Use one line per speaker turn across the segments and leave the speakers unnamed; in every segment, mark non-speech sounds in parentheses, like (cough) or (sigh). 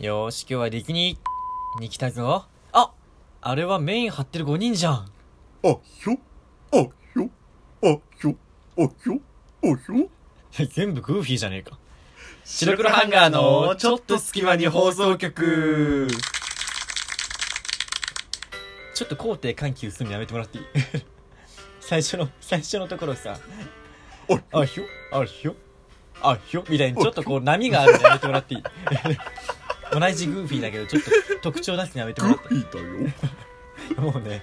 よーし、今日は力に、に来たぞ。ああれはメイン張ってる5人じゃん。 (laughs)
あひょ、あひょ、あひょ、あひょ、あひょ。
全部グーフィーじゃねえか。
白黒ハンガーのちょっと隙間に放送局
ちょっと肯定緩急するのやめてもらっていい (laughs) 最初の、最初のところさ、
あひょ
あひょ、あひょ、あひょ、みたいにちょっとこう波があるのやめてもらっていい (laughs) 同じグーフィーだけど、ちょっと特徴出すのやめてもらってい
(laughs)
い
いいだよ。
もうね、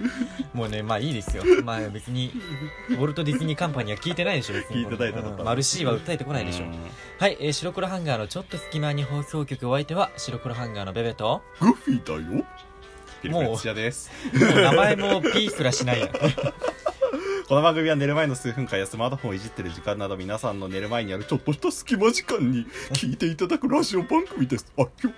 もうね、まあいいですよ。まあ別に、ウォルト・ディズニー・カンパニーは聞いてないでしょ、別に。
聞いてないだろう
うんマルシーは訴えてこないでしょ。はい、えー、白黒ハンガーのちょっと隙間に放送局お相手は、白黒ハンガーのベベと、
グフィーだよ。
ピリピリ土屋です
もう名前もピーすらしないや
(laughs)
ん。
この番組は寝る前の数分間やスマートフォンをいじってる時間など皆さんの寝る前にある
ちょっとした隙間時間に聞いていただくラジオ番組です。あひょ。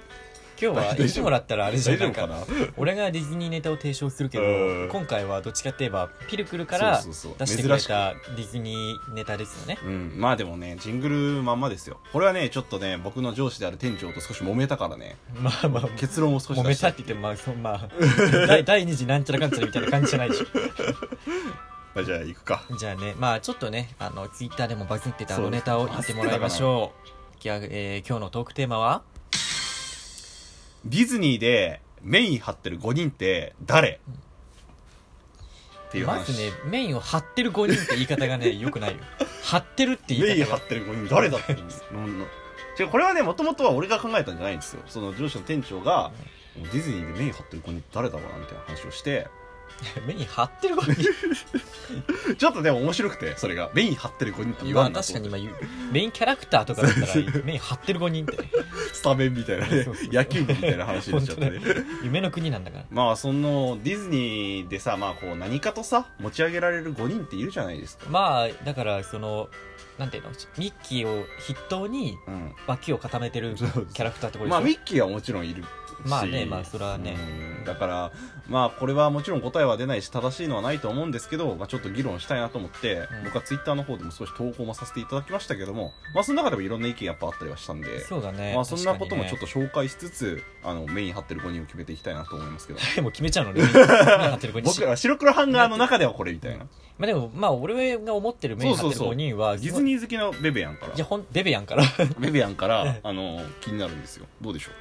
今日は言ってもらったらあれじゃ
大
んな
丈
い
夫か
か
な
俺がディズニーネタを提唱するけ
う
ど
ん
今回はどっちかって言えばピルクルから
そうそうそう
出してくれ
珍しく
たディズニーネタです
(laughs)
よね
うん、まあでもねジングルまんまですよこれはねちょっとね僕の上司である店長と少し揉めたからね
まあまあ
結論を少し
揉
出
め
したた
って言ってもまあそんま
(laughs)
あ第第二次なんちゃらかんちゃらみたいな感じじゃないでしょ
はいじゃあ行くか
じゃあねまあちょっとねあのツイッターでもバズってたあ
そ
の
うで
ネ
す
タを言ってもらいましょう今日,、えー今日のトークテーマは
ディズニーでメイン張ってる5人って誰、っていう話
まずねメインを張ってる5人って言い方がねよく
(laughs)
ないよ張ってるって
メ
言
イ
い
ン
方が
張ってる5人誰だって言うんです違うこれはねもともとは俺が考えたんじゃないんですよその上司の店長がディズニーでメイン張ってる5人って誰だろうなみたいな話をして
(laughs) メイン張ってる5人
ちょっとでも面白くてそれがメイン張ってる5人って言
ま
わ
あ
んな
確
と
か
思
に
って
今言うメインキャラクターとかだったら (laughs) メイン張ってる5人って
スタメンみたいなね
そうそうそう
野球部みたいな話になっちゃって
(laughs)
ね
本夢の国なんだから
まあそのディズニーでさまあこう何かとさ持ち上げられる5人っているじゃないですか、
まあだからそのなんていうのミッキーを筆頭に
うん、
脇を固めてるキ
そうそう
ャラクターってことでしょ
まあミッキーはもちろんいるし
まあねまあそれはね
うんだからまあこれはもちろん答えは出ないし正しいのはないと思うんですけど、まあ、ちょっと議論したいなと思って、
うん
僕はツイッターの方でも少し投稿もさせていただきましたけども、まあ、その中でもいろんな意見やっぱあったりはしたんで
そうだね
まあ、そんなこともちょっ
と
と紹介しつつ、あのメイン張ってる5人を決めていきたいなと思いますけど
もう決めちゃうのねメイン張ってる5人
僕らは白黒ハンガーの中ではこれみたいな
まあでもまあ俺が思ってるメイン張ってる5人は
ディズニー好きのベベヤンから
いやほんデベやんから (laughs)
ベベヤンから
ええ
あの気になるんですよどうでしょ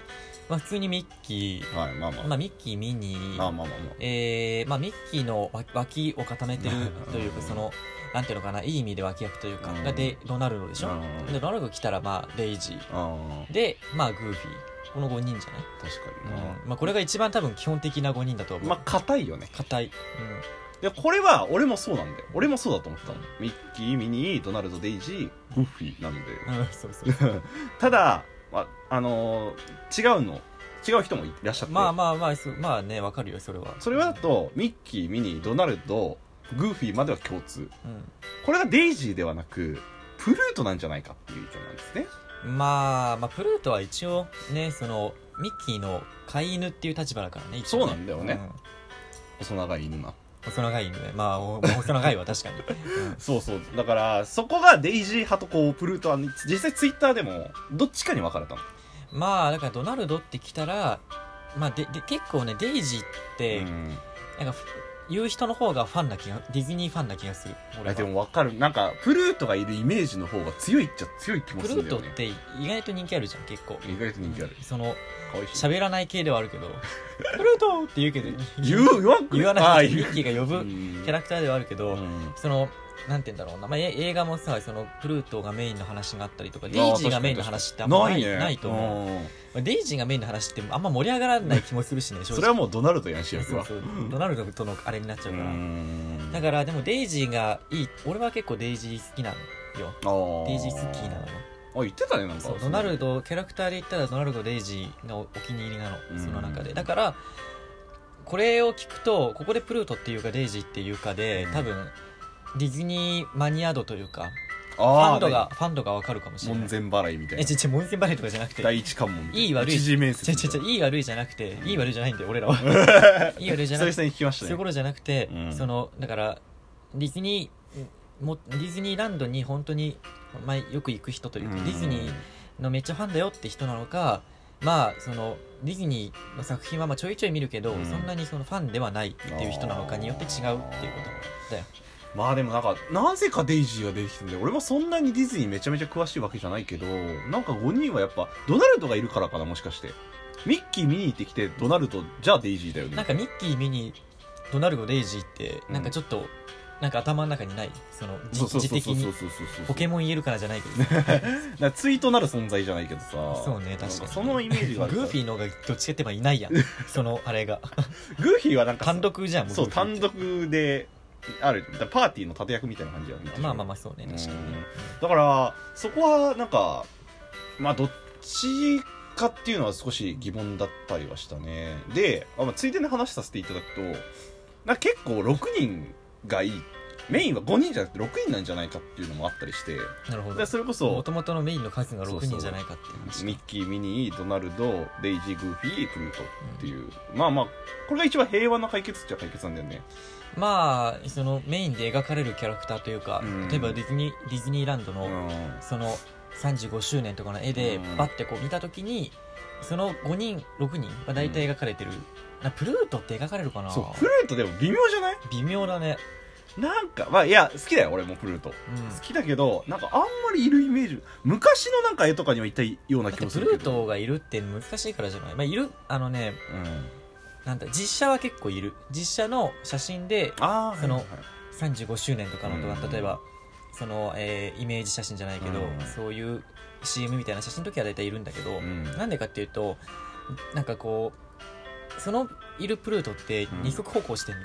まあ普通にミッキ
うはいまあまあ
ーまあミッキーミニー
まあまあまあま
えーまあ、ミッキーのわ脇を固めてるというか
うん
そのなんていうのかないい意味で脇役というか
うん
がでドナルドでしょ
うん
でドナルド来たらまあデイジー
ああ
でまあグーフィーこの5人じゃ
ー確かに
な、
ない
うんまあ、これが一番多分基本的な5人だと思う、
まあ硬いよね
硬い、
でこれは俺もそうなんだよ俺もそうだと思ったのミッキーミニードナルドデイジーグッフィーなんだよ
うん、うん、そう
(laughs)
そう
ただ、まああのー違うの違う人もいらっしゃって
まあまあまあそうまあねわかるよそれは
それはだとミッキーミニードナルドグーフィーまでは共通
う
これがデイジーではなくプルートなんじゃないかっていう意見なんですね
ん、まあまあプルートは一応ねそのミッキーの飼い犬っていう立場だからね一応
そうなんだよね細長い犬が
うん細長い犬ねまあお細長いは確かに、うん
そうそうだからそこがデイジー派とこうプルート派に実際ツイッターでもどっちかに分かれたの
まあだからドナルドって来たら、まあ、でで結構ねデイジーって、
うん
なんかふ言う人の方がファンな気がディズニーファンな気がする俺
あ
は
でも分かるなんかプルートがいるイメージの方が強いっちゃ強い気も
プ
す
ル
る
ー
んだ
ト
よ
っ
ね
て意外と人気あるじゃん結構
意外と人気ある
その
かわいいし
喋らない系ではあるけ
(laughs)
どプルートって言うけど
言う言わんく
言わ
あ
な
あ
いミ
言う
ッキーが呼
う
ぶ
ん
キャラクターではあるけど、
うん
そのなんて言うんだろうな、まあ、え映画もさそのプルートがメインの話があったりとか
あ
デイジーがメインの話ってあんま
な
な
い
い
ね
ないと思う、
思
まあデイジーがメインの話ってあんま盛り上がらない気もするしね正直
それはもうドナルドやん主
そう
役は
そうドナルドとのあれになっちゃうから、
ん
だからでもデイジーがいい俺は結構デイジー好きなのよ
あー
デイジー好きなのよ
あ言ってたねなんか
そうドナルドキャラクターで言ったらドナルドデイジーがお気に入りなの
うん
その中でだからこれを聞くとここでプルートっていうかデイジーっていうかで
うん
多分ディズニーマニア度というかフ
あ
ァン
ー
ドがファンドが分かるかもしれな
門
い
前払いみたい
え
な
ちょちょ門前払いとかじゃなくて
第一関門みたない
い悪い
一次面接
ちょちょちょいい悪いじゃなくていい悪いじゃないんだよ俺らは
(laughs)
いい悪いじゃな
久
くて
々に聞きまし
そ
た
ういう
ね
ことじゃなくて、
うん
そのだからディズニーもディズニーランドに本当に前よく行く人というか、ディズニーのめっちゃファンだよって人なのかまあそのディズニーの作品はまあちょいちょい見るけど、
うん
そんなにそのファンではないっていう人なのかによって違うっていうことだよ
まあでもなんかなぜかデイジーが出てきてんで俺もそんなにディズニーめちゃめちゃ詳しいわけじゃないけどなんか5人はやっぱドナルドがいるからかなもしかしてミッキー見に行ってきてドナルドじゃあデイジーだよね
なんかミッキー見にドナルド・デイジーってなんかちょっと、なんか頭の中にないその
そうそう
自
そう
的
そうそう
に
そうそう
ポケモン言えるからじゃないけど
(laughs)
ね
だからツイートなる存在じゃないけどさ
そうね確かに
なんそのイメージ
グ
があるから
ーフィーの方がどっちかって言えばいないやんそのあれが
グーフィーはなんか
単独じゃんも
そう
グーフィーっ
単
て
独であるだからパーティーの立役みたいな感じだよね
まあまあまあそうね確かにね
だからそこはなんかまあどっちかっていうのは少し疑問だったりはしたねであ、まあ、ついでに話させていただくとなんか結構6人がいいメインは5人じゃなくて6人なんじゃないかっていうのもあったりして
なるほ
で
ど
それこそ
もともとのメインの数が
そう
6
そう
人じゃないかっていう話
ミッキー、ミニー、ドナルド、デイジー、グーフィー、プルートっていう、まあまあ、これが一番平和な解決っちゃ解決なんだよね。
まあそのメインで描かれるキャラクターというか、
うん
例えばディズニーディズニーランドの、
うん
その35周年とかの絵で
うん
バッてこう見た時にその5人6人が大体描かれてる、なプルートって描かれるかな
そう、プルートでも微妙じゃない
微妙だね、
なんか、まあいや、好きだよ、俺もプルート。
うん、
好きだけど、なんかあんまりいるイメージ、昔のなんか絵とかにはいたよう
だ
な
っ
気
て
もす
プ
るけ
ルー
ど。
トがいるって難しいからじゃない、まあ、いるあのね
うん。
なんだ実写は結構いる実写の写真で
ああ、
その
はいはいはい
35周年とかのとか、
うん
例えばその、えーイメージ写真じゃないけど、
うん
そういう CM みたいな写真の時は大体いるんだけど、
うん
なんでかっていうとなんかこうそのいるプルートって
うん
二足歩行してん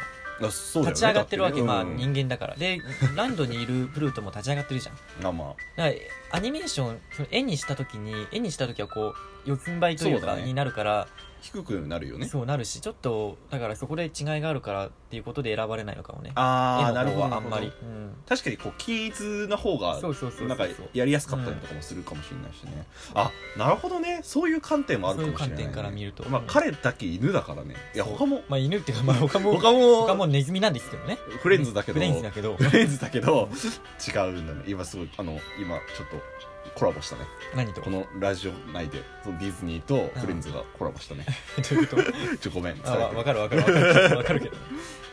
の、
あそうだよね
立ち上がってるわけ、まあ
うん
人間だからでランドにいるプルートも立ち上がってるじゃん
まあまあ、
だからアニメーションその絵にした時に絵にした時はこう四つん這いという
そうだ
か
ね
になるから
低くなるよ
そう,、
ね。
なるしちょっとだからそこで違いがあるからっていうことで選ばれないのかもね
ああ、
絵
な
の
るほ
方
ど。
はあんまり
なるほど。確かに、こう、均一な方
うん
が
そうそうそうそう
なんかやりやすかったりとかもするかもしれないしね、あなるほどねそういう観点もあるかもしれない、ね、
そういう観点から見ると
まあ、彼だけ犬だからねいや他も
まあ犬っていうかまあ他も
他も
他もネズミなんですけどね
フレンズだけど
フレンズだけど
フレンズだけど違うんだね今すごいあの今ちょっとコラボしたね
何と
このラジオ内でそのディズニーとフレンズがコラボし
(laughs)
たね、
(laughs) どういうこと
ちょごめん
あわ
疲れ
わ
て
かるわかるわか
る
るわかるけど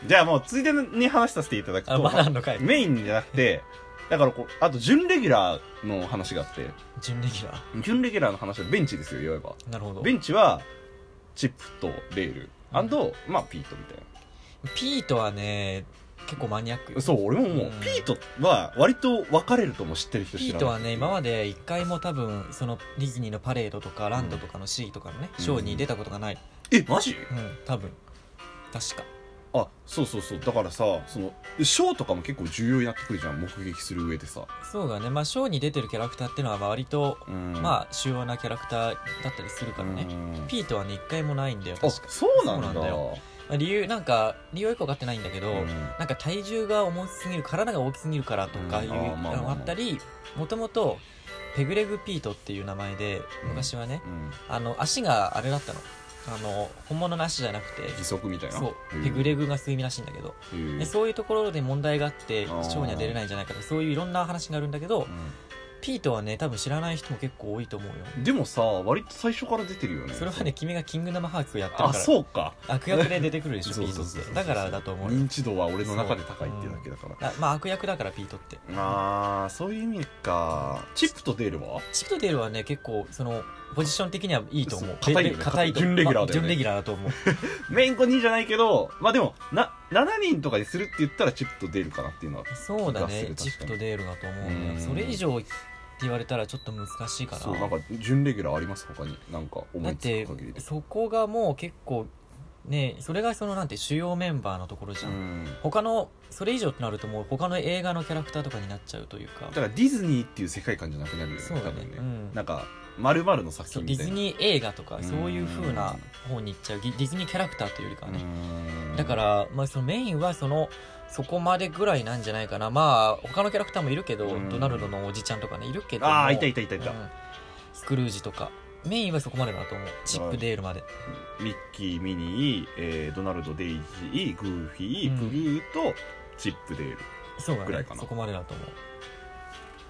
じゃあもうついでに話させていただく
あ
と、
まだあんのかい
メインじゃなくてだからこうあと準レギュラーの話があって
準レギュラ
準レギュラーの話はベンチですよいわば
ーなるほど
ベンチはチップとレール、まあピートみたい
ピートはね結構マニアックよ
なそう俺ももう、
うん
ピートは割と分かれるとも知ってる人
ピ
知
ー
らない
トはね今まで一回も多分そのディズニーのパレードとかランドとかのシーとかのね、
うん
ショーに出たことがない、
えマジ
うん多分確か
あそうそうそうだからさそのショーとかも結構重要になってくるじゃん目撃する上でさ、
そうだねまあショーに出てるキャラクターっていうのはまあ割と、
うん
まあ主要なキャラクターだったりするからね、
うん
ピートはね一回もないんだよ
あ
確か
そうなんだ
そうなんだよまあ理由なんか理由はよく分かってないんだけど、
うん
なんか体重が重すぎる体が大きすぎるからとかいう
うんあーまあまあまあ
のがあったりもともとペグレグ・ピートっていう名前で
うん
昔はね、
うん
あの足があれだったのあの本物の足じゃなくて
義足みたいな
そうペグ
レ
レグが睡眠らしいんだけど、でそういうところで問題があってシ
あー
ョーには出れないんじゃないかとかそういういろんな話があるんだけどピートはね多分知らない人も結構多いと思うよ
でもさ割と最初から出てるよね
それはね君が「キングダムハーツ」をやってるから
あそうか
悪役で出てくるでしょ
そ
ピ
う
ー
そ
ト
う
っ
そうそう
てだからだと思うよ
認知度は俺の中で高いっていうだけだから
あまあ悪役だからピートって
ああそういう意味かチップとデールは
チップとデールはね結構そのポジション的にはいいと思
そうう硬いよね
べ硬いと思う
準レギュラーだよね
まあ準レギュラーだと思う
メイン5人じゃないけどまあでもな7人とかにするって言ったらチップとデールかなっていうのは
そうだ
気がす
ね
る確か
チ
に
ップとデールだと思う
うん
ねそれ以上って言われたらちょっと難しいかな
そうなんか準レギュラーあります他になんか思
だっ
いつ
て
く限りで
そこがもう結構ねそれがそのなんて主要メンバーのところじ
う
ゃん、
んだ
他のそれ以上ってなるともう他の映画のキャラクターとかになっちゃうというか
からディズニーっていう世界観じゃなくなるよね
そうだね
多分ね、
うん
なんかまるの作
そう
品
デ
み
ィズ
たいな
ニー映画とかそういう風な方に行っちゃうディディズニーキャラクターというよりかはね、
うん
だから、まあ、そのメインはそのそこまでぐらいなんじゃないかなまあ他のキャラクターもいるけど、
うん
ドナルドのおじちゃんとかねいるけども
ああいたいたいたいた、
うんスクルージとかメインはそこまでだと思うチップデールまで
ミッキーミニー、えードナルドデイジーグーフィ
うん
ーブルーとチップデール、
そうだ
ぐらい
ね
かな
そこまでだと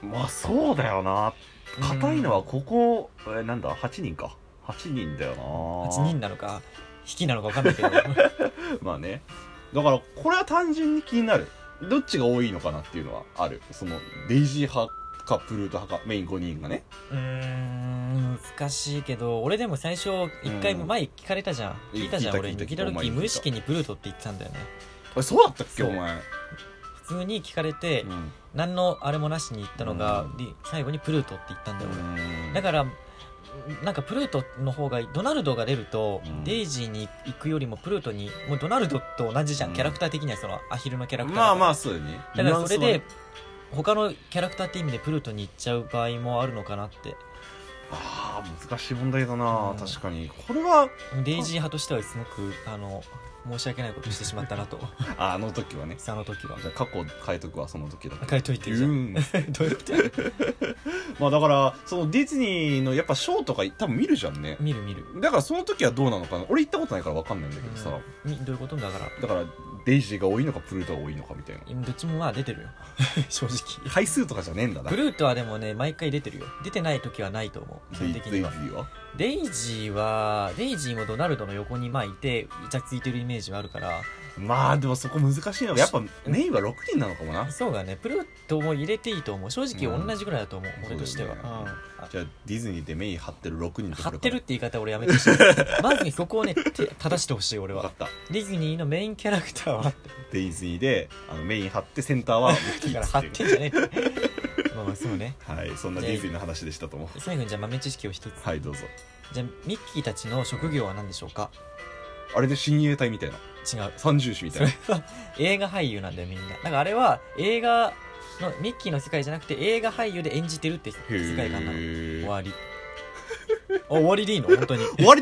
思う
まあそうだよな硬いのはここ、えーなんだ8人か8人だよな
8人なのか引きなのか分かんないけ
(laughs)
ど
まあねだからこれは単純に気になるどっちが多いのかなっていうのはあるそのデイジー派かプルート派かメイン5人がね
うーん難しいけど俺でも最初一回
うん
前聞かれたじゃん、聞いたじゃん
聞いた
俺に
聞いた
聞いた
お前
時
に聞いた
無意識にブルートって言ってたんだよね
あれそうだったっけ
そう
お前、
普通に聞かれて、
うん
何のあれもなしに言ったのが、
うん
り最後にプルートって言ったんだよ俺、
うん
だからなんかプルートの方がドナルドが出ると、
うん
デイジーに行くよりもプルートにもうドナルドと同じじゃん、
うん
キャラクター的にはそのアヒルのキャラクター
まあま
あ
あそうだね
だからそれ
ニュアン
で
スはね
他のキャラクターって意味でプルートに行っちゃう場合もあるのかなって
ああ難しい問題だな、
うん
確かにこれは
デイジー派としてはすごくあの申し訳ないことしてしまった
(laughs)
なと
ああの時はね
その時は
じゃあ過去変えとくわその時だけ
書いといてるじゃ
うん
(laughs)
ん
どうやって
(laughs) まあだからそのディズニーのやっぱショーとか多分見るじゃんね
見る見る
だからその時はどうなのかな俺行ったことないから分かんないんだけどさ、
うんみどういうことだから
だからデイジーが多いのかプルートが多いのかみたいな
どっちもまあ出て
(laughs)
るよ正直
回数とかじゃねえんだな
ブルートはでもね毎回出てるよ出てない時はないと思う基
デイ
本
デイ
的
ジ
に
ー
は
は
デイジーはデイジーもドナルドの横にまあいてイチャついてるイメージはあるから
まあでもそこ難しいのがやっぱメインは6人なのかもな
そうだねプルートも入れていいと思う正直
うん
同じぐらいだと思う、俺としては、
そうだよね
うんあ
じゃあディズニーでメイン張ってる6人
張
こ
っ
れ
て
から
るって言い方俺やめてほ
(laughs)
しいまずそこをねて正してほしい俺
分か
は
った
ディズニーのメインキャラクターは
ディズニーであのメイン張ってセンターはミッキ
だ
ー
か
っ
ら張っ
つっ
ててんじゃねえまあまあそうね
はいそんなディズニーの話でしたと思う
最後にじゃあ豆知識を一つ
はいどうぞ
じゃあミッキーたちの職業は何でしょうか
あれで親衛隊みたいな
違う
三重視みた
そ
い
れ
な
は映画俳優なんだよみんなだからあれは映画のミッキーの世界じゃなくて映画俳優で演じてるって世界観なの
へ
終
ー
わりあ終わりでいいの本当に
終わりだ